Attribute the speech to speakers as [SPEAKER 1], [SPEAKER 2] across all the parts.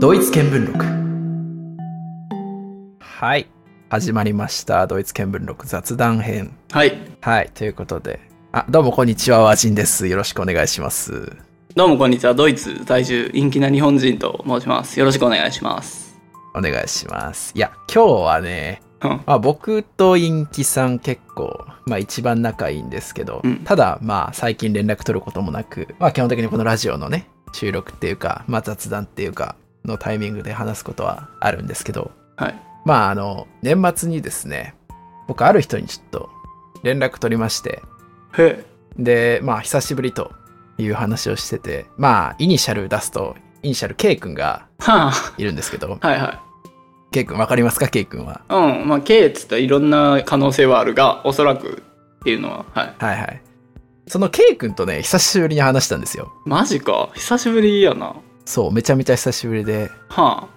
[SPEAKER 1] ドイツ見聞録はい始まりましたドイツ見聞録雑談編
[SPEAKER 2] はい。
[SPEAKER 1] はいということであどうもこんにちはワージンですよろしくお願いします
[SPEAKER 2] どうもこんにちは。ドイツ在住、陰気な日本人と申します。よろしくお願いします。
[SPEAKER 1] お願いしますいや今日はね
[SPEAKER 2] うん。
[SPEAKER 1] まあ、僕とインキさん結構、まあ、一番仲いいんですけど、
[SPEAKER 2] うん
[SPEAKER 1] ただまあ最近連絡取ることもなく、まあ、基本的にこのラジオのね収録っていうか、まあ、雑談っていうかのタイミングで話すことはあるんですけど、
[SPEAKER 2] はい
[SPEAKER 1] まああの年末にですね僕ある人にちょっと連絡取りまして
[SPEAKER 2] へえ。
[SPEAKER 1] でまあ久しぶりという話をしててまあイニシャル出すとイニシャル K 君が
[SPEAKER 2] はい
[SPEAKER 1] るんですけど
[SPEAKER 2] あ。はいは。
[SPEAKER 1] K 君わかりますか K 君はい
[SPEAKER 2] うん。まあ、K っつったらいろんな可能性はあるが、おそらくっていうのは、はい。
[SPEAKER 1] はいはい。その K 君とね、久しぶりに話したんですよ。
[SPEAKER 2] マジか。久しぶりやな。
[SPEAKER 1] そう、めちゃめちゃ久しぶりで、
[SPEAKER 2] はあ。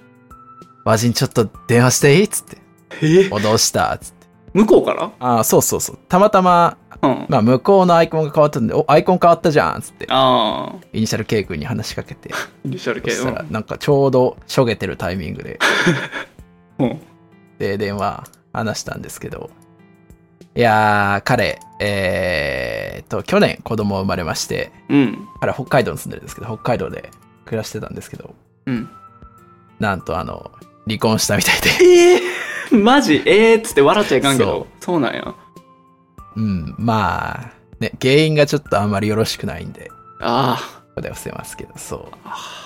[SPEAKER 1] 和人ちょっと電話していいっつっ て。
[SPEAKER 2] え
[SPEAKER 1] お、どうしたっつって。
[SPEAKER 2] 向こうか
[SPEAKER 1] ああ、そうそうそう。たまたま、
[SPEAKER 2] らうん。
[SPEAKER 1] まあ、向こうのアイコンが変わったんで、お、アイコン変わったじゃんっつって、
[SPEAKER 2] ああ。
[SPEAKER 1] イニシャル K 君に話しかけ て、
[SPEAKER 2] イニシャル
[SPEAKER 1] そ
[SPEAKER 2] K。
[SPEAKER 1] し
[SPEAKER 2] う
[SPEAKER 1] たら、
[SPEAKER 2] ん。
[SPEAKER 1] なんかちょうどしょげてるタイミングで、
[SPEAKER 2] うん
[SPEAKER 1] で、電話、話したんですけど、いやー、彼、えーっと、去年子供生まれまして、
[SPEAKER 2] うん。
[SPEAKER 1] 彼は北海道に住んでるんですけど、北海道で暮らしてたんですけど、
[SPEAKER 2] うん。
[SPEAKER 1] なんとあの、離婚したみたいで。
[SPEAKER 2] ええマジええっつって笑っちゃいかんけど。そうなんや。
[SPEAKER 1] うん、まあ、ね、原因がちょっとあんまりよろしくないんで、
[SPEAKER 2] あ
[SPEAKER 1] ここでは伏せますけど、そ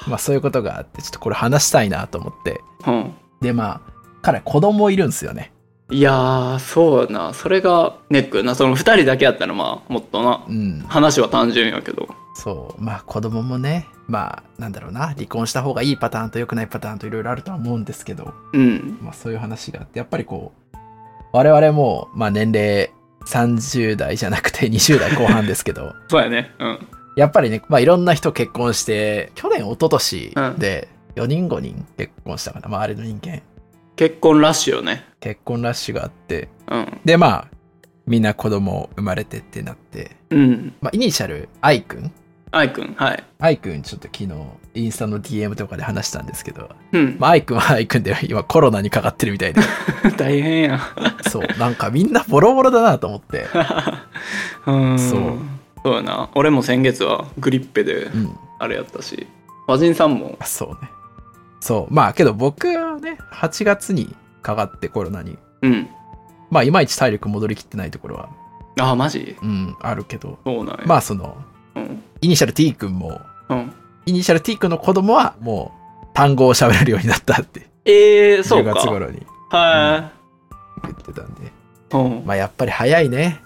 [SPEAKER 1] う。まあそういうことがあって、ちょっとこれ話したいなと思って。
[SPEAKER 2] あ。うん。
[SPEAKER 1] で、まあ、彼子供いるんですよね。
[SPEAKER 2] いやー、そうやな。それがネックやな。その二人だけやったらまあ、もっとな。
[SPEAKER 1] うん、
[SPEAKER 2] 話は単純やけど。
[SPEAKER 1] そう。まあ子供もね、まあなんだろうな、離婚した方がいいパターンと良くないパターンといろいろあるとは思うんですけど、
[SPEAKER 2] うん。
[SPEAKER 1] まあそういう話があって、やっぱりこう、我々も、まあ年齢30代じゃなくて20代後半ですけど、
[SPEAKER 2] そうやね。うん。
[SPEAKER 1] やっぱりね、まあ、いろんな人結婚して、去年、一昨年で4人5人結婚したかな、周りの人間。
[SPEAKER 2] 結婚ラッシュよね。
[SPEAKER 1] 結婚ラッシュがあって、
[SPEAKER 2] うん。
[SPEAKER 1] で、まあ、みんな子供生まれてってなって、
[SPEAKER 2] うん。
[SPEAKER 1] まあ、イニシャル、愛くん
[SPEAKER 2] 愛くん、はい。
[SPEAKER 1] 愛くん、ちょっと昨日、インスタの DM とかで話したんですけど、
[SPEAKER 2] うん。
[SPEAKER 1] まあ、愛くんは愛くんで、今コロナにかかってるみたいで、
[SPEAKER 2] 大変や。
[SPEAKER 1] そう、なんかみんなボロボロだなと思って、
[SPEAKER 2] うん。
[SPEAKER 1] そう。
[SPEAKER 2] そうやな。俺も先月はグリッペで
[SPEAKER 1] うん、
[SPEAKER 2] あれやったし。和人さんも。
[SPEAKER 1] あそうね。そう、まあ、けど僕はね、8月にかかってコロナに、
[SPEAKER 2] うん。
[SPEAKER 1] まあ、いまいち体力戻りきってないところは
[SPEAKER 2] ああ、マジ
[SPEAKER 1] うん、あるけど、
[SPEAKER 2] そうなんや。
[SPEAKER 1] まあその、
[SPEAKER 2] うん。
[SPEAKER 1] イニシャル T 君も、
[SPEAKER 2] うん。
[SPEAKER 1] イニシャル T 君の子供はもう単語を喋れるようになったって、
[SPEAKER 2] えー、そ
[SPEAKER 1] 10
[SPEAKER 2] うか。
[SPEAKER 1] 月頃に
[SPEAKER 2] は
[SPEAKER 1] 言ってたんで、
[SPEAKER 2] い。うん。
[SPEAKER 1] まあやっぱり早いね。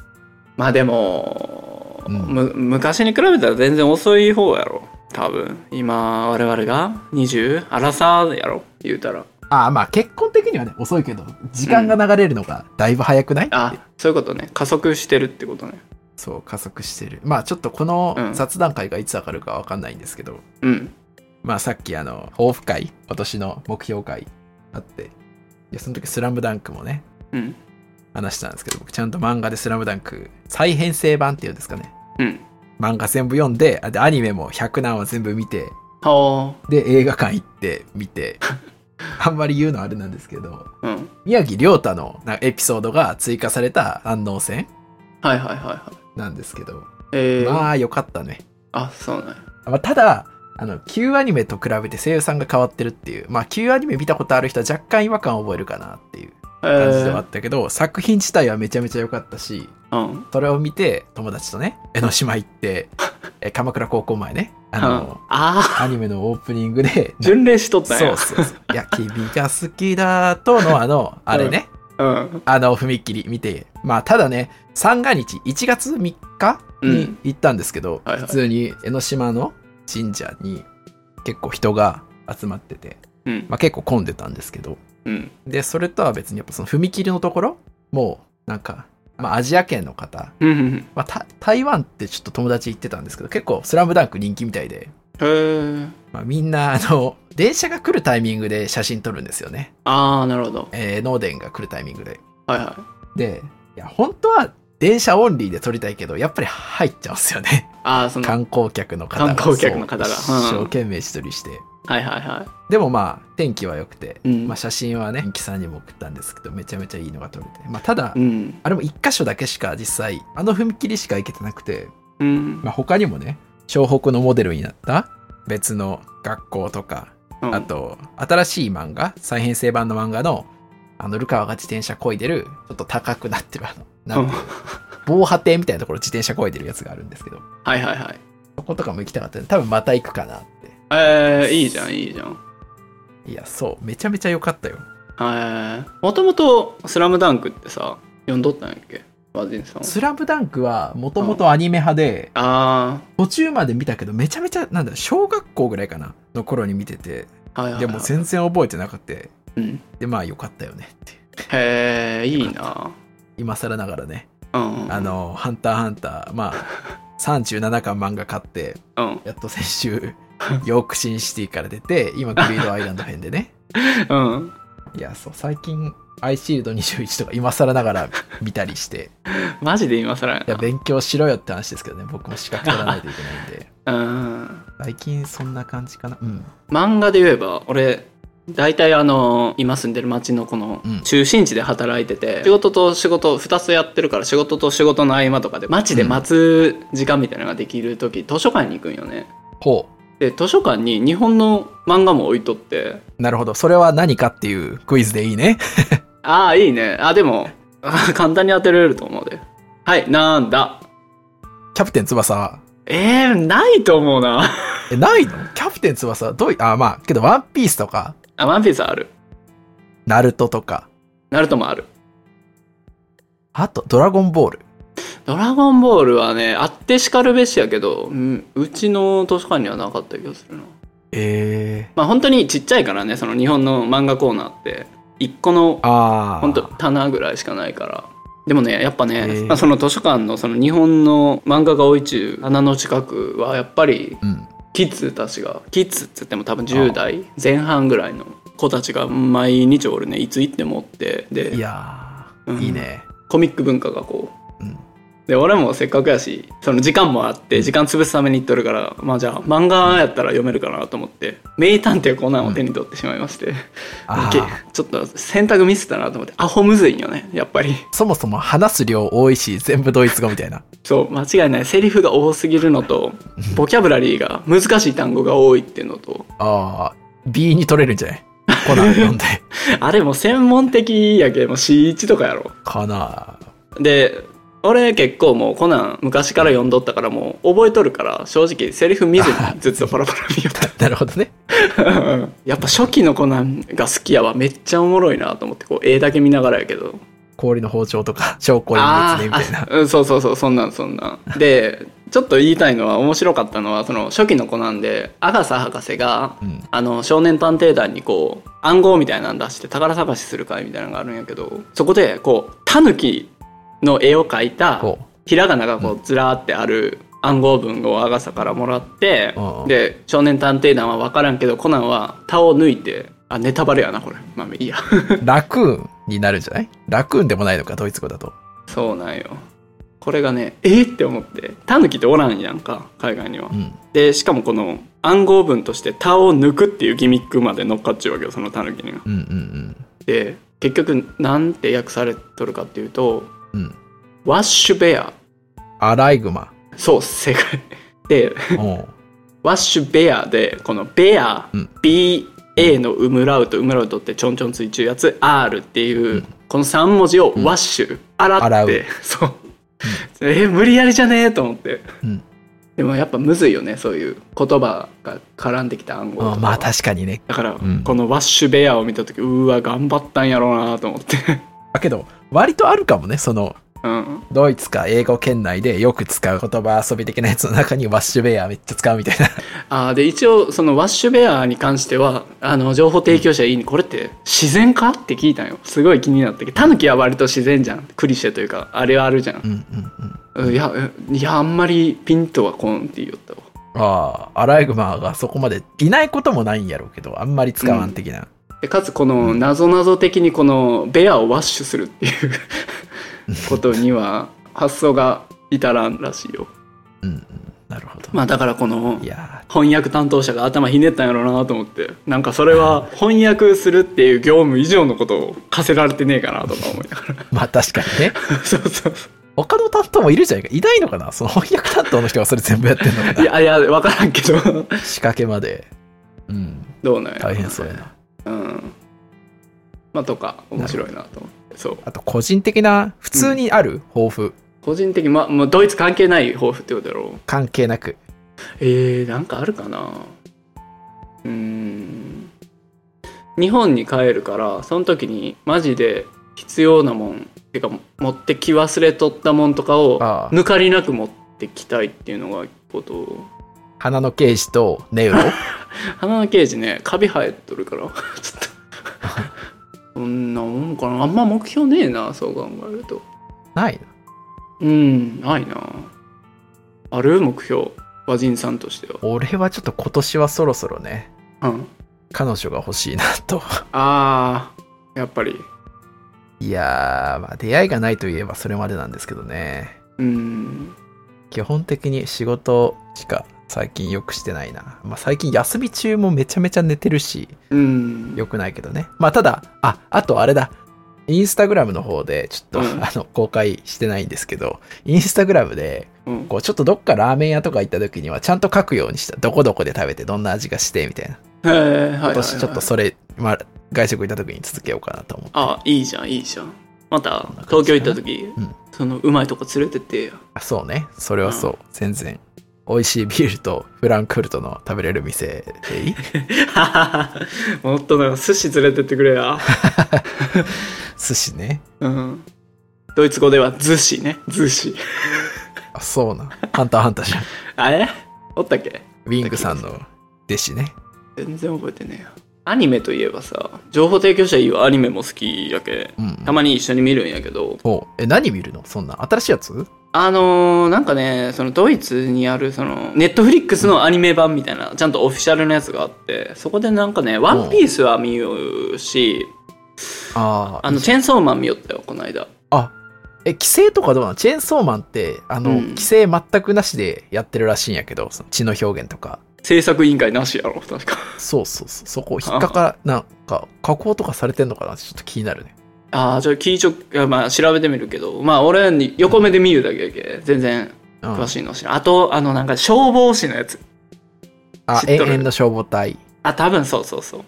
[SPEAKER 2] まあでも、
[SPEAKER 1] うん
[SPEAKER 2] む昔に比べたら全然遅い方やろ。多分。今、我々が 20? アラサーやろ言うたら。
[SPEAKER 1] ああまあ結婚的にはね、遅いけど、時間が流れるのがだいぶ早くない、っ
[SPEAKER 2] あ
[SPEAKER 1] て
[SPEAKER 2] そういうことね加速してるってことね
[SPEAKER 1] そう、加速してる。まあちょっとこの
[SPEAKER 2] うん
[SPEAKER 1] 雑談会がいつ上がるかわかんないんですけど、
[SPEAKER 2] うん
[SPEAKER 1] まあさっきあの、抱負会、今年の目標会あって、いやその時スラムダンクもね、
[SPEAKER 2] うん
[SPEAKER 1] 話したんですけど、僕ちゃんと漫画でスラムダンク再編成版っていうんですかね。
[SPEAKER 2] うん
[SPEAKER 1] 漫画全部読んで、あで、アニメも100何話全部見て、
[SPEAKER 2] は
[SPEAKER 1] で、映画館行って見 て、あんまり言うのあれなんですけど、
[SPEAKER 2] あうん
[SPEAKER 1] 宮城亮太のなんかエピソードが追加された安納戦
[SPEAKER 2] はいはいはいはい
[SPEAKER 1] なんですけど、
[SPEAKER 2] えー、
[SPEAKER 1] ま
[SPEAKER 2] あ
[SPEAKER 1] あ良かったね。
[SPEAKER 2] そうなんや
[SPEAKER 1] まあ、ただ、あの、旧アニメと比べて声優さんが変わってるっていう、まあ旧アニメ見たことある人は若干違和感を覚えるかなっていう感じではあったけど、作品自体はめちゃめちゃ良かったし、
[SPEAKER 2] えーうん
[SPEAKER 1] それを見て友達とね江ノ島行って え鎌倉高校前ねあ
[SPEAKER 2] うん
[SPEAKER 1] の、
[SPEAKER 2] あ
[SPEAKER 1] アニメのオープニングで
[SPEAKER 2] ー巡礼しとったん
[SPEAKER 1] そ
[SPEAKER 2] や
[SPEAKER 1] うそうそう「いや君が好きだ」とのあのあれね、
[SPEAKER 2] うん
[SPEAKER 1] あの踏切見てまあただね三が日1月3日
[SPEAKER 2] う
[SPEAKER 1] に
[SPEAKER 2] ん
[SPEAKER 1] 行ったんですけど、
[SPEAKER 2] はいはい
[SPEAKER 1] 普通に江ノ島の神社に結構人が集まってて、
[SPEAKER 2] うん
[SPEAKER 1] まあ、結構混んでたんですけど
[SPEAKER 2] うん
[SPEAKER 1] でそれとは別にやっぱその踏切のところもうなんか、まあ、アジア圏の方
[SPEAKER 2] うんうん
[SPEAKER 1] まあ、た台湾ってちょっと友達行ってたんですけど結構「スラムダンク人気みたいで、
[SPEAKER 2] へー
[SPEAKER 1] まあ、みんなあ の電車が来るタイミングで写真撮るんですよね、
[SPEAKER 2] ああなるほど
[SPEAKER 1] えー、ノーデンが来るタイミングで
[SPEAKER 2] はいはい
[SPEAKER 1] でいや本当は電車オンリーで撮りたいけどやっぱり入っちゃうんですよね
[SPEAKER 2] ああその
[SPEAKER 1] 観光客の方が
[SPEAKER 2] 観光客の方が
[SPEAKER 1] そう一生
[SPEAKER 2] うん
[SPEAKER 1] 懸命一人して
[SPEAKER 2] はいはいは
[SPEAKER 1] でもまあ天気は良くて、
[SPEAKER 2] うん
[SPEAKER 1] まあ、写真はねミキさんにも送ったんですけどめちゃめちゃいいのが撮れて、まあ、ただ、
[SPEAKER 2] い。うん。
[SPEAKER 1] あれも1箇所だけしか実際あの踏切しか行けてなくて、
[SPEAKER 2] うん。
[SPEAKER 1] まあ、他にもね湘北のモデルになった別の学校とか
[SPEAKER 2] うん
[SPEAKER 1] あ、と新しい漫画再編成版の漫画のあのルカワが自転車漕いでるちょっと高くなってるあのな
[SPEAKER 2] う
[SPEAKER 1] ん
[SPEAKER 2] ん
[SPEAKER 1] か
[SPEAKER 2] は
[SPEAKER 1] 防波堤みたいなところ自転車漕いでるやつがあるんですけど
[SPEAKER 2] いはいはい。
[SPEAKER 1] そことかも行きたかったんで多分また行くかなっ
[SPEAKER 2] えー、いいじゃん、いいじゃん。
[SPEAKER 1] ていやそうめちゃめちゃ良かったよ
[SPEAKER 2] えー、もともと、スラムダンクってさ、読んどったんやっけバジンさ
[SPEAKER 1] 「
[SPEAKER 2] んは。
[SPEAKER 1] スラムダンクはもともとアニメ派で
[SPEAKER 2] あ
[SPEAKER 1] 途中まで見たけどめちゃめちゃなんだ小学校ぐらいかなの頃に見てて
[SPEAKER 2] ー、はいはい、はい。
[SPEAKER 1] でも全然覚えてなくて
[SPEAKER 2] うん。
[SPEAKER 1] でまあ良かったよねっていう
[SPEAKER 2] へえ、いいな。
[SPEAKER 1] 今更ながらね
[SPEAKER 2] うんうん。
[SPEAKER 1] あ、の「ハンターハンター」まあ37巻漫画買って
[SPEAKER 2] うん。
[SPEAKER 1] やっと先週、ヨークシンシティから出て、今、グリードアイランド編でね。
[SPEAKER 2] うん。
[SPEAKER 1] いや、そう、最近、アイシールド21とか今更ながら見たりして、
[SPEAKER 2] マジで今更や
[SPEAKER 1] い
[SPEAKER 2] な。
[SPEAKER 1] や、勉強しろよって話ですけどね、僕も資格取らないといけないんで、
[SPEAKER 2] うん。
[SPEAKER 1] 最近そんな感じかな。うん。
[SPEAKER 2] 漫画で言えば俺大体あの今住んでる町のこの
[SPEAKER 1] うん
[SPEAKER 2] 中心地で働いてて、仕事と仕事2つやってるから仕事と仕事の合間とかで町で待つ時間みたいなのができる時、図書館に行くんよね
[SPEAKER 1] ほ
[SPEAKER 2] で図書館に日本の漫画も置いとって
[SPEAKER 1] う。なるほど。それは何かっていうクイズでいいね。
[SPEAKER 2] ああいいねあでも あー簡単に当てられると思うではいなんだ
[SPEAKER 1] キャプテン翼。
[SPEAKER 2] えー、ないと思うな
[SPEAKER 1] え、ないのキャプテン翼、どういあ、まあ、けど、ワンピースとか、
[SPEAKER 2] あワンピースある
[SPEAKER 1] ナルトとか、
[SPEAKER 2] ナルトもある
[SPEAKER 1] あと、ドラゴンボール。
[SPEAKER 2] ドラゴンボールはねあってしかるべしやけど、うん、うちの図書館にはなかった気がするな
[SPEAKER 1] え
[SPEAKER 2] まあ本当にちっちゃいからねその日本の漫画コーナーって一個の
[SPEAKER 1] ー。あー。
[SPEAKER 2] 本当棚ぐらいしかないからでもねやっぱね、
[SPEAKER 1] へー
[SPEAKER 2] まあ、その図書館のその日本の漫画が多い中棚の近くはやっぱり
[SPEAKER 1] うん。
[SPEAKER 2] キッズたちがキッズって言っても多分10代前半ぐらいの子たちが毎日俺ねいつ行ってもおって
[SPEAKER 1] い
[SPEAKER 2] で
[SPEAKER 1] や
[SPEAKER 2] う
[SPEAKER 1] ー、
[SPEAKER 2] ん
[SPEAKER 1] いいね。
[SPEAKER 2] コミック文化がこう
[SPEAKER 1] うん。
[SPEAKER 2] で俺もせっかくやしその時間もあって時間潰すために行っとるからまあじゃあ漫画やったら読めるかなと思って「名探偵コナン」を手に取ってしまいまして、
[SPEAKER 1] あ
[SPEAKER 2] け
[SPEAKER 1] ー
[SPEAKER 2] ちょっと選択ミスったなと思ってアホむずいんよねやっぱり
[SPEAKER 1] そもそも話す量多いし、全部ドイツ語みたいな。
[SPEAKER 2] そう間違いないセリフが多すぎるのとボキャブラリーが難しい単語が多いっていうのと
[SPEAKER 1] ああ、B に取れるんじゃないコナン読ん で。
[SPEAKER 2] あれもう専門的やけもう C1 とかやろ
[SPEAKER 1] コナ
[SPEAKER 2] で俺結構もうコナン昔から読んどったからもう覚えとるから正直セリフ見ずにずっとパラパラ見よった
[SPEAKER 1] ン。なるほどね。
[SPEAKER 2] やっぱ初期のコナンが好きやわめっちゃおもろいなと思ってこう絵だけ見ながらやけど
[SPEAKER 1] 氷の包丁とか、証拠
[SPEAKER 2] あ
[SPEAKER 1] 隠滅ね、みたいな
[SPEAKER 2] ー。あうんそうそうそうそんなんそんなんでちょっと言いたいのは面白かったのはその初期のコナンでアガサ博士が
[SPEAKER 1] うん。
[SPEAKER 2] あの少年探偵団にこう暗号みたいなの出して宝探しする会みたいなのがあるんやけどそこでこうタヌキの絵を描いた
[SPEAKER 1] こ
[SPEAKER 2] ひらがながこうずらーってある暗号文をアガサからもらって、
[SPEAKER 1] うんうん
[SPEAKER 2] で少年探偵団は分からんけどコナンは他を抜いてあネタバレやなこれまあいいや
[SPEAKER 1] う。ラクーンになるんじゃないラクーンでもないのか、ドイツ語だと。
[SPEAKER 2] そうなんよこれがねえっ、って思ってタヌキっておらんやんか海外には
[SPEAKER 1] うん。
[SPEAKER 2] でしかもこの暗号文として他を抜くっていうギミックまで乗っかっちゅうわけよそのタヌキには
[SPEAKER 1] うんうん
[SPEAKER 2] で結局なんて訳されとるかっていうと
[SPEAKER 1] うん。うん。
[SPEAKER 2] ワッシュベア
[SPEAKER 1] アライグマ。
[SPEAKER 2] そう正解で
[SPEAKER 1] おう
[SPEAKER 2] ワッシュベアでこのベア、
[SPEAKER 1] うん
[SPEAKER 2] BA のウムラウトウムラウトってちょんちょんついちゅうやつ R っていう、
[SPEAKER 1] うん
[SPEAKER 2] この3文字をワッシュ、洗
[SPEAKER 1] 洗
[SPEAKER 2] っ
[SPEAKER 1] う
[SPEAKER 2] てそう、 えー無理やりじゃねえと思って、
[SPEAKER 1] うん
[SPEAKER 2] でもやっぱむずいよねそういう言葉が絡んできた暗号とか
[SPEAKER 1] あ
[SPEAKER 2] は
[SPEAKER 1] まあ、確かにね。
[SPEAKER 2] だから、
[SPEAKER 1] うん
[SPEAKER 2] このワッシュベアを見た時うーわ頑張ったんやろうなと思って、
[SPEAKER 1] だけど、割とあるかもね、その、
[SPEAKER 2] うん、
[SPEAKER 1] ドイツか英語圏内でよく使う言葉遊び的なやつの中にワッシュベアめっちゃ使うみたいな。
[SPEAKER 2] あーで一応そのワッシュベアに関してはあの情報提供者いいにこれって自然かって聞いたんよすごい気になってタヌキは割と自然じゃんクリシェというかあれはあるじゃん
[SPEAKER 1] うんうんうん。
[SPEAKER 2] うんいやうんいやあんまりピンとはこんって言おったわ
[SPEAKER 1] ああ、アライグマがそこまでいないこともないんやろうけど、あんまり使わん的な。
[SPEAKER 2] でかつこのなぞなぞ的にこのベアをワッシュする っていうことには発想が至らんらしいよ
[SPEAKER 1] うん、うんなるほど。
[SPEAKER 2] まあだからこの
[SPEAKER 1] いや
[SPEAKER 2] 翻訳担当者が頭ひねったんやろうなと思ってなんかそれは 翻訳するっていう業務以上のことを課せられてねえかなとか思い なが
[SPEAKER 1] ーまあ確かにね。
[SPEAKER 2] らそうそう
[SPEAKER 1] 他の担当もいるじゃないか。いないのかなその翻訳担当の人がそれ全部やってんのか
[SPEAKER 2] いやいや分からんけど
[SPEAKER 1] な仕掛けまで。うん。
[SPEAKER 2] どうなんやろ
[SPEAKER 1] 大変そうやな。
[SPEAKER 2] うんまあとか面白いなと思ってそう
[SPEAKER 1] あと個人的な、普通にある抱負、
[SPEAKER 2] 個人的にまあもうドイツ関係ない抱負ってことだろう
[SPEAKER 1] 関係なく。
[SPEAKER 2] えー、なんかあるかなうーん日本に帰るからその時にマジで必要なもんっていうか持ってき忘れとったもんとかを
[SPEAKER 1] ああ
[SPEAKER 2] 抜かりなく持ってきたいっていうのが一個と
[SPEAKER 1] 花の刑事とネウロ。
[SPEAKER 2] 花のケージねカビ生えとるから ちょっとそんなもんかなあんま目標ねえなそう考えると
[SPEAKER 1] ない
[SPEAKER 2] うんないなある目標和人さんとしては
[SPEAKER 1] 俺はちょっと今年はそろそろね、
[SPEAKER 2] うん
[SPEAKER 1] 彼女が欲しいなと。
[SPEAKER 2] ああやっぱり
[SPEAKER 1] いやー、まあ出会いがないといえばそれまでなんですけどね。
[SPEAKER 2] うん
[SPEAKER 1] 基本的に仕事しか最近よくしてないな。まあ最近休み中もめちゃめちゃ寝てるし、
[SPEAKER 2] うん
[SPEAKER 1] よくないけどね。まあただ、あ、あとあれだ。インスタグラムの方で、ちょっと、
[SPEAKER 2] うん
[SPEAKER 1] あの、公開してないんですけど、インスタグラムで、
[SPEAKER 2] うん
[SPEAKER 1] こう、ちょっとどっかラーメン屋とか行った時には、ちゃんと書くようにした。どこどこで食べて、どんな味がして、みたいな。
[SPEAKER 2] へえはいはいはい
[SPEAKER 1] 今年ちょっとそれ、まあ、外食行った時に続けようかなと思って。
[SPEAKER 2] あいいじゃんいいじゃんまた
[SPEAKER 1] んな感
[SPEAKER 2] 東
[SPEAKER 1] じ
[SPEAKER 2] 京
[SPEAKER 1] かな
[SPEAKER 2] 行った時、
[SPEAKER 1] うん
[SPEAKER 2] そのうまいとこ連れてってや
[SPEAKER 1] あ、そうね。それはそう。全然。美味しいビールとフランクフルトの食べれる店で いい
[SPEAKER 2] もっとなんか寿司連れてってくれや、
[SPEAKER 1] 寿司ね。
[SPEAKER 2] うん、ドイツ語では寿司ね寿司
[SPEAKER 1] あ、そうなん。ハンターハンター じゃん。
[SPEAKER 2] あれおったっけ
[SPEAKER 1] ウィングさんの弟子ね。
[SPEAKER 2] 全然覚えてねえやアニメといえばさ情報提供者いいわアニメも好きやけ
[SPEAKER 1] うん。
[SPEAKER 2] たまに一緒に見るんやけど
[SPEAKER 1] おうえ、何見るのそんな。新しいやつ
[SPEAKER 2] あのーなんかね、そのドイツにある、その、ネットフリックスのアニメ版みたいな、ちゃんとオフィシャルのやつがあって、そこでなんかね、ワンピースは見ようし、
[SPEAKER 1] あ
[SPEAKER 2] あの、チェーンソーマン見よったよ、この間。
[SPEAKER 1] あえ規制とかどうなのチェーンソーマンってあの、
[SPEAKER 2] うん
[SPEAKER 1] 規制全くなしでやってるらしいんやけどその血の表現とか
[SPEAKER 2] 制作委員会なしやろ、確か。
[SPEAKER 1] そうそうそうそこ引っかかなんか加工とかされてんのかなちょっと気になるね
[SPEAKER 2] ああ、ちょ、聞いちょ、いやまあ、調べてみるけど、まあ、俺に、横目で見るだけやけ、全然
[SPEAKER 1] うん
[SPEAKER 2] 詳しいの知らん。あと、あの、なんか、消防士のやつ。
[SPEAKER 1] あ
[SPEAKER 2] 知っと
[SPEAKER 1] 永
[SPEAKER 2] る
[SPEAKER 1] 遠の消防隊
[SPEAKER 2] あ、多分そうそうそう。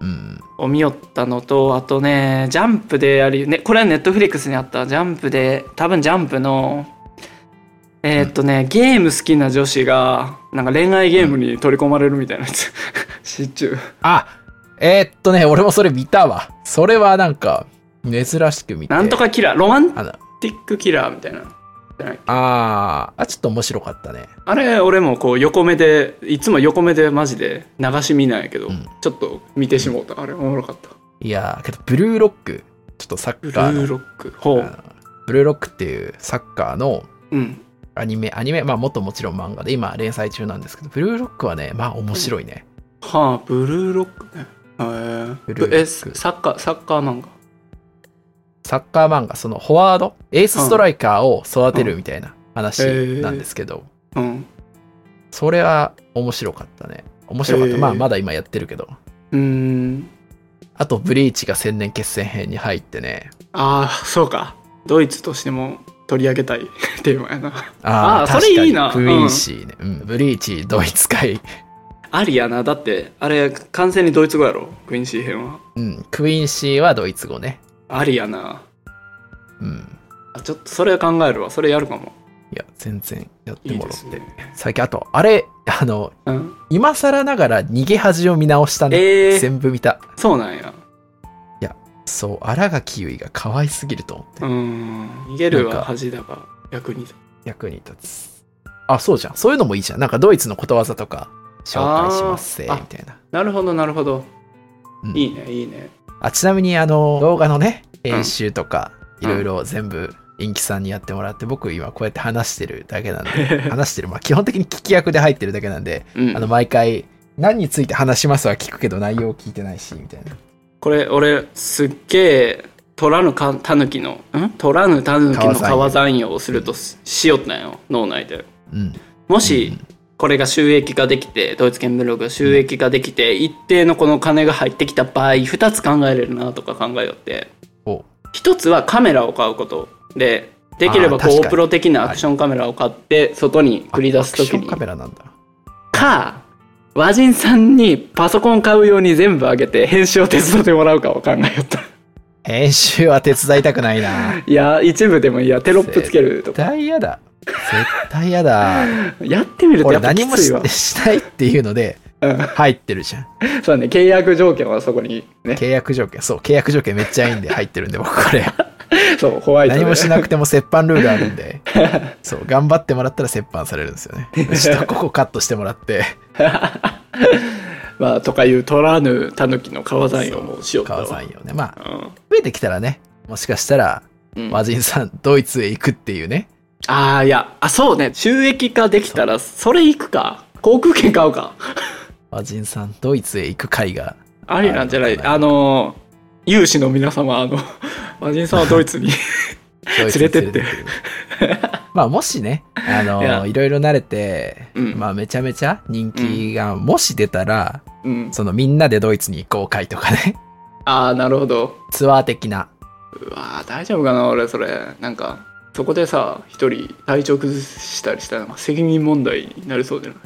[SPEAKER 1] うん
[SPEAKER 2] を見よったのとあとねジャンプであり、ね、これはネットフリックスにあったジャンプで多分ジャンプのえーっとね、ゲーム好きな女子がなんか恋愛ゲームに取り込まれるみたいなやつ 知っちゅう
[SPEAKER 1] あえーっとね俺もそれ見たわそれはなんか珍しく見て
[SPEAKER 2] なんとかキラーロマン
[SPEAKER 1] あの
[SPEAKER 2] ティックキラーみたいな
[SPEAKER 1] あーあちょっと面白かったね
[SPEAKER 2] あれ俺もこう横目でいつも横目でマジで流し見なんやけど、
[SPEAKER 1] ん
[SPEAKER 2] ちょっと見てしもうたあれおもろかった
[SPEAKER 1] いやーけどブルーロックちょっとサ
[SPEAKER 2] ブ
[SPEAKER 1] ッ
[SPEAKER 2] ル
[SPEAKER 1] カーの
[SPEAKER 2] ーロックほ
[SPEAKER 1] あ
[SPEAKER 2] う
[SPEAKER 1] のブルーロックっていうサッカーの
[SPEAKER 2] うん
[SPEAKER 1] アニメ、アニメ、まあもっともちろん漫画で今連載中なんですけど、ブルーロックはね、まあ面白いね。
[SPEAKER 2] はあブルーロックねへー
[SPEAKER 1] ブルーロック
[SPEAKER 2] えサッカーサッカー漫画
[SPEAKER 1] サッカー漫画、そのフォワード、エースストライカーを育てるみたいな話なんですけど、
[SPEAKER 2] うん。
[SPEAKER 1] それは面白かったね。面白かった。
[SPEAKER 2] へー
[SPEAKER 1] まあまだ今やってるけど。
[SPEAKER 2] うーん。
[SPEAKER 1] あと、ブリーチが千年決戦編に入ってね。
[SPEAKER 2] ああ、そうか。ドイツとしても取り上げたい テーマやな。
[SPEAKER 1] あ
[SPEAKER 2] あー
[SPEAKER 1] 確か
[SPEAKER 2] そ
[SPEAKER 1] に
[SPEAKER 2] れいいな
[SPEAKER 1] ブリーチね、うんブリーチ、ドイツ界。
[SPEAKER 2] ありやな。だって、あれ、完全にドイツ語やろ。クインシー編は。
[SPEAKER 1] うん。クイーンシーはドイツ語ね。
[SPEAKER 2] ありやな。
[SPEAKER 1] うん。
[SPEAKER 2] あちょっとそれ考えるわ。それやるかも。
[SPEAKER 1] いや、全然やって
[SPEAKER 2] いい
[SPEAKER 1] も
[SPEAKER 2] で
[SPEAKER 1] らっ
[SPEAKER 2] す
[SPEAKER 1] て。
[SPEAKER 2] ね。
[SPEAKER 1] 最近、あと、あれ、あの、
[SPEAKER 2] うん。
[SPEAKER 1] 今更ながら逃げ恥を見直したね。
[SPEAKER 2] えー、
[SPEAKER 1] 全部見た。
[SPEAKER 2] そうなんや。
[SPEAKER 1] そう、新垣結衣が可愛すぎると思って、
[SPEAKER 2] うーん。逃げ
[SPEAKER 1] な
[SPEAKER 2] る
[SPEAKER 1] ん
[SPEAKER 2] は
[SPEAKER 1] か
[SPEAKER 2] 恥だが、役に立つ。
[SPEAKER 1] 役に立つ。あ、そうじゃん。そういうのもいいじゃん。なんかドイツのことわざとか紹介しますせ、み
[SPEAKER 2] あー
[SPEAKER 1] たいな。
[SPEAKER 2] なるほど、なるほど。
[SPEAKER 1] うん
[SPEAKER 2] いいね、いい ね。
[SPEAKER 1] あ、ちなみにあの、動画のね、編集とか、
[SPEAKER 2] う
[SPEAKER 1] い
[SPEAKER 2] ん
[SPEAKER 1] ろいろ全部、インキさんにやってもらって、僕今こうやって話してるだけなんで、 話してる、まあ基本的に聞き役で入ってるだけなんで、
[SPEAKER 2] うん、
[SPEAKER 1] あの、毎回、何について話しますは聞くけど内容聞いてないし、みたいな。
[SPEAKER 2] これ、俺、すっげえ、取らぬかたぬきの、ん取らぬたぬきの川山用をするとししよったんよ、脳内で。
[SPEAKER 1] うん。
[SPEAKER 2] もしこれが収益化できてドイツ圏ブログが収益化できて一定のこの金が入ってきた場合2つ考えれるなとか考えよって
[SPEAKER 1] お
[SPEAKER 2] 1つはカメラを買うことでできれば
[SPEAKER 1] あー確かに
[SPEAKER 2] GoPro 的なアクションカメラを買って外に繰り出す
[SPEAKER 1] アク
[SPEAKER 2] 時
[SPEAKER 1] ション
[SPEAKER 2] に
[SPEAKER 1] カメラなんだ。
[SPEAKER 2] か和人さんにパソコン買うように全部あげて編集を手伝ってもらうかを考えよった
[SPEAKER 1] 編集は手伝いたくない な。
[SPEAKER 2] いや一部でもいいやテロップつける
[SPEAKER 1] 絶
[SPEAKER 2] とか
[SPEAKER 1] 対嫌だ。絶対嫌だ。
[SPEAKER 2] やってみると
[SPEAKER 1] 俺
[SPEAKER 2] やっぱ
[SPEAKER 1] 何
[SPEAKER 2] き
[SPEAKER 1] も
[SPEAKER 2] つい
[SPEAKER 1] し
[SPEAKER 2] わ
[SPEAKER 1] しないっていうので
[SPEAKER 2] うん
[SPEAKER 1] 入ってるじゃん。
[SPEAKER 2] そうだね契約条件はそこにね
[SPEAKER 1] 契約条件。そう、契約条件めっちゃいいんで入ってるんで、僕これ。
[SPEAKER 2] そうホワイトで
[SPEAKER 1] 何もしなくても折半ルールあるん で。そう、頑張ってもらったら折半されるんですよね。ちょっとここカットしてもらって。
[SPEAKER 2] まあとかいう取らぬタヌキの川山用もしよう
[SPEAKER 1] 川さん
[SPEAKER 2] よ、
[SPEAKER 1] よね。まあ、
[SPEAKER 2] うん
[SPEAKER 1] 増えてきたらね、もしかしたら、
[SPEAKER 2] うん
[SPEAKER 1] 和人さん、ドイツへ行くっていうね。
[SPEAKER 2] ああいやあそうね収益化できたらそれ行くか航空券買うか
[SPEAKER 1] 和人さん、ドイツへ行く会が。
[SPEAKER 2] ありなんじゃない
[SPEAKER 1] ある
[SPEAKER 2] あの有志の皆様あの 和人さんはド イツに
[SPEAKER 1] ドイツに
[SPEAKER 2] 連れてって
[SPEAKER 1] 連れてってくるまあ、もしね、あ
[SPEAKER 2] い
[SPEAKER 1] の、
[SPEAKER 2] や
[SPEAKER 1] いろいろ慣れて、
[SPEAKER 2] うん
[SPEAKER 1] まあ、めちゃめちゃ人気が、もし出たら、
[SPEAKER 2] うん
[SPEAKER 1] そのみんなでドイツに行こう会とかね、
[SPEAKER 2] ああなるほど
[SPEAKER 1] ツアー的な。
[SPEAKER 2] うわー大丈夫かな俺それなんかそこでさ一人体調崩したりしたらなんか責任問題になりそうじゃな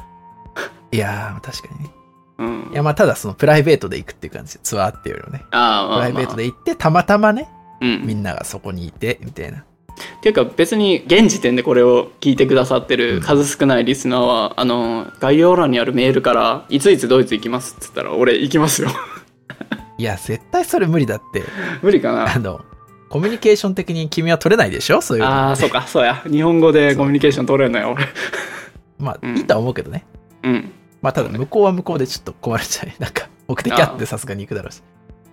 [SPEAKER 2] い
[SPEAKER 1] いやー、確かにね。
[SPEAKER 2] うん
[SPEAKER 1] いや、まあ、ただそのプライベートで行くっていう感じ、ツアーっていうよりはね。
[SPEAKER 2] あーま
[SPEAKER 1] プ
[SPEAKER 2] あま
[SPEAKER 1] ラ
[SPEAKER 2] あ
[SPEAKER 1] イベートで行って、たまたまね、
[SPEAKER 2] うん
[SPEAKER 1] みんながそこにいて、みたいな。
[SPEAKER 2] っていうか別に現時点でこれを聞いてくださってる数少ないリスナーは、あの概要欄にあるメールから「いついつドイツ行きます」っつったら俺行きますよ
[SPEAKER 1] いや、絶対それ無理だって、
[SPEAKER 2] 無理か な
[SPEAKER 1] あの、コミュニケーション的に君は取れないでしょそういうの
[SPEAKER 2] あーそうかそうや日本語でコミュニケーション取れない俺
[SPEAKER 1] まあ、
[SPEAKER 2] うん
[SPEAKER 1] いいとは思うけどね。
[SPEAKER 2] うん
[SPEAKER 1] まあ、ただ、向こうは向こうでちょっと困るじゃない。 なんか、目的あってさすがに行くだろうし。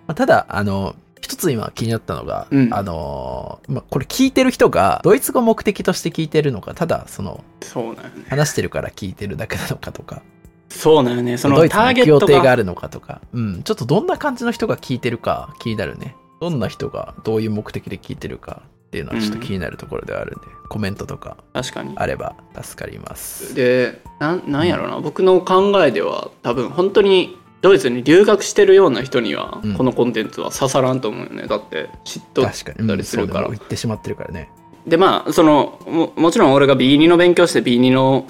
[SPEAKER 1] まあ、ただ、あの、一つ今気になったのが、
[SPEAKER 2] うん
[SPEAKER 1] あの、まあ、これ聞いてる人が、ドイツ語目的として聞いてるのか、ただ、その、
[SPEAKER 2] そうなんよね
[SPEAKER 1] 話してるから聞いてるだけなのかとか、
[SPEAKER 2] そうなんよねそ
[SPEAKER 1] ド
[SPEAKER 2] の
[SPEAKER 1] イツ
[SPEAKER 2] タ
[SPEAKER 1] の
[SPEAKER 2] ーゲッ
[SPEAKER 1] 協
[SPEAKER 2] ト
[SPEAKER 1] 定があ
[SPEAKER 2] が
[SPEAKER 1] るのかとか、うん、ちょっとどんな感じの人が聞いてるか気になるね。どんな人がどういう目的で聞いてるかっていうのはちょっと気になるところではあるんで、コメントとか
[SPEAKER 2] 確かに
[SPEAKER 1] あれば助かります。
[SPEAKER 2] でなんなんやろな僕の考えでは多分本当にドイツに留学してるような人には、
[SPEAKER 1] うん
[SPEAKER 2] このコンテンツは刺さらんと思うよねだって嫉妬
[SPEAKER 1] 確かに、
[SPEAKER 2] た
[SPEAKER 1] うん
[SPEAKER 2] りす
[SPEAKER 1] そう
[SPEAKER 2] る
[SPEAKER 1] だ
[SPEAKER 2] から
[SPEAKER 1] もう行ってしまってるからね。
[SPEAKER 2] でまあそのももちろん俺が B2 の勉強して B2 の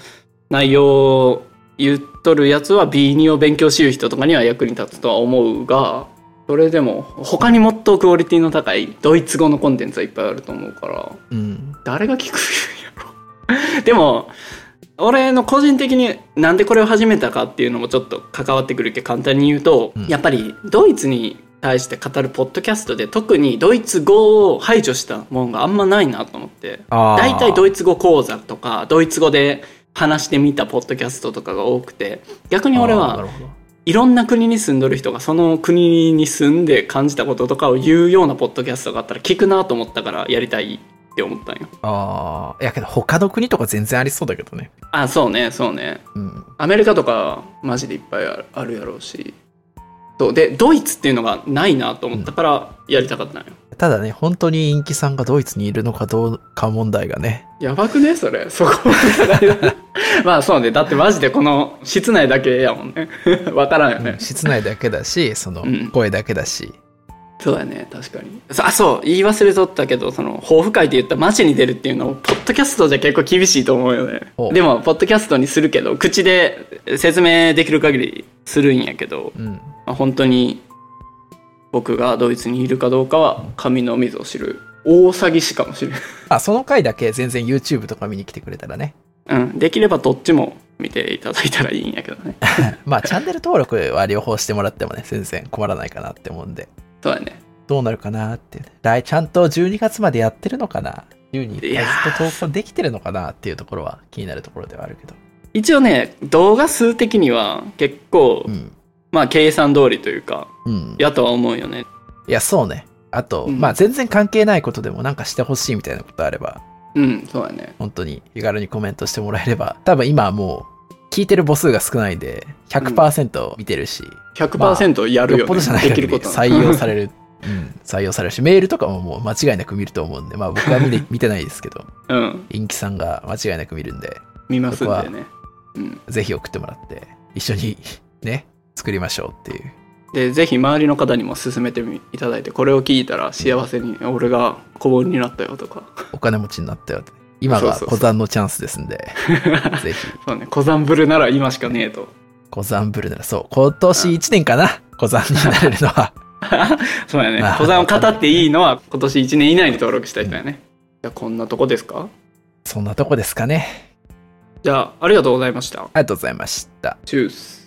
[SPEAKER 2] 内容を言っとるやつは B2 を勉強しゆう人とかには役に立つとは思うがそれでも他にもっとクオリティの高いドイツ語のコンテンツはいっぱいあると思うから
[SPEAKER 1] うん。
[SPEAKER 2] 誰が聞くんやろ でも俺の個人的になんでこれを始めたかっていうのもちょっと関わってくるけど簡単に言うと、
[SPEAKER 1] うん
[SPEAKER 2] やっぱりドイツに対して語るポッドキャストで特にドイツ語を排除したものがあんまないなと思って
[SPEAKER 1] あー
[SPEAKER 2] 大体ドイツ語講座とかドイツ語で話してみたポッドキャストとかが多くて逆に俺
[SPEAKER 1] あーな
[SPEAKER 2] は
[SPEAKER 1] るほど
[SPEAKER 2] いろんな国に住んどる人がその国に住んで感じたこととかを言うようなポッドキャストがあったら聞くなと思ったからやりたいって思ったんよ。
[SPEAKER 1] ああ、いやけど他の国とか全然ありそうだけどね。
[SPEAKER 2] あそうねそうね
[SPEAKER 1] うん。
[SPEAKER 2] アメリカとかマジでいっぱいあるあるやろうしそうでドイツっていうのがないなと思ったからやりたかったんよ、
[SPEAKER 1] ただね、本当に陰気さんがドイツにいるのかどうか問題がね。
[SPEAKER 2] やばくねそれそこ まあそうねだってマジでこの室内だけやもんね わからんよね、
[SPEAKER 1] うん室内だけだし、その
[SPEAKER 2] うん
[SPEAKER 1] 声だけだし。
[SPEAKER 2] そうだね確かにそあそう言い忘れとったけどその抱負会って言ったら街に出るっていうのをポッドキャストじゃ結構厳しいと思うよね
[SPEAKER 1] お
[SPEAKER 2] でもポッドキャストにするけど口で説明できる限りするんやけど、
[SPEAKER 1] うん。
[SPEAKER 2] まあ、本当に僕がドイツにいるかどうかは神のみぞ知る大詐欺師かもしれん、
[SPEAKER 1] あ、その回だけ全然 YouTube とか見に来てくれたらね。
[SPEAKER 2] うん、できればどっちも見ていただいたらいいんやけどね
[SPEAKER 1] まあ、チャンネル登録は両方してもらってもね、全然困らないかなって思うんで。
[SPEAKER 2] そうだね
[SPEAKER 1] どうなるかなって。来、ちゃんと12月までやってるのかな週に1
[SPEAKER 2] いや
[SPEAKER 1] 回ず
[SPEAKER 2] ー
[SPEAKER 1] っと投稿できてるのかなっていうところは気になるところではあるけど。
[SPEAKER 2] 一応ね動画数的には結構、
[SPEAKER 1] うん。
[SPEAKER 2] まあ計算通りというか
[SPEAKER 1] うん。
[SPEAKER 2] やとは思うよね
[SPEAKER 1] いや、そうね。あと、
[SPEAKER 2] うん
[SPEAKER 1] まあ全然関係ないことでもなんかしてほしいみたいなことあれば、
[SPEAKER 2] うんそうだね
[SPEAKER 1] 本当に気軽にコメントしてもらえれば、多分今はもう、聞いてる母数が少ないんで、100%見てるし、
[SPEAKER 2] 100%やるよ、ね
[SPEAKER 1] よっぽどじゃない
[SPEAKER 2] でき
[SPEAKER 1] 限
[SPEAKER 2] る
[SPEAKER 1] り
[SPEAKER 2] こと
[SPEAKER 1] 採用さ
[SPEAKER 2] れ
[SPEAKER 1] れ る、うん、採用されるし、メールとかももう 間違いなく見ると思うんで、まあ僕は見れ見てないですけど、
[SPEAKER 2] うん
[SPEAKER 1] インキさんが間違いなく見るんで、
[SPEAKER 2] 見ますんでね。
[SPEAKER 1] ぜひ送ってもらって、一緒にね、作りましょうっていう。
[SPEAKER 2] で、ぜひ周りの方にも勧めてみいただいて、これを聞いたら幸せに、俺が小盆になったよとか。
[SPEAKER 1] お金持ちになったよって。今が
[SPEAKER 2] そうそうそう
[SPEAKER 1] 小山のチャンスですん で、ぜひ、
[SPEAKER 2] そうね、小山ブルなら今しかねえと。
[SPEAKER 1] 小山ブルならそう、今年1年かな、小山になれるの は。
[SPEAKER 2] そうやね
[SPEAKER 1] まあ。
[SPEAKER 2] 小山を語っていいのは今年1年以内に登録した人やね。じゃあこんなとこですか
[SPEAKER 1] そんなとこですかね。
[SPEAKER 2] じゃあありがとうございました。
[SPEAKER 1] ありがとうございました。
[SPEAKER 2] チュース。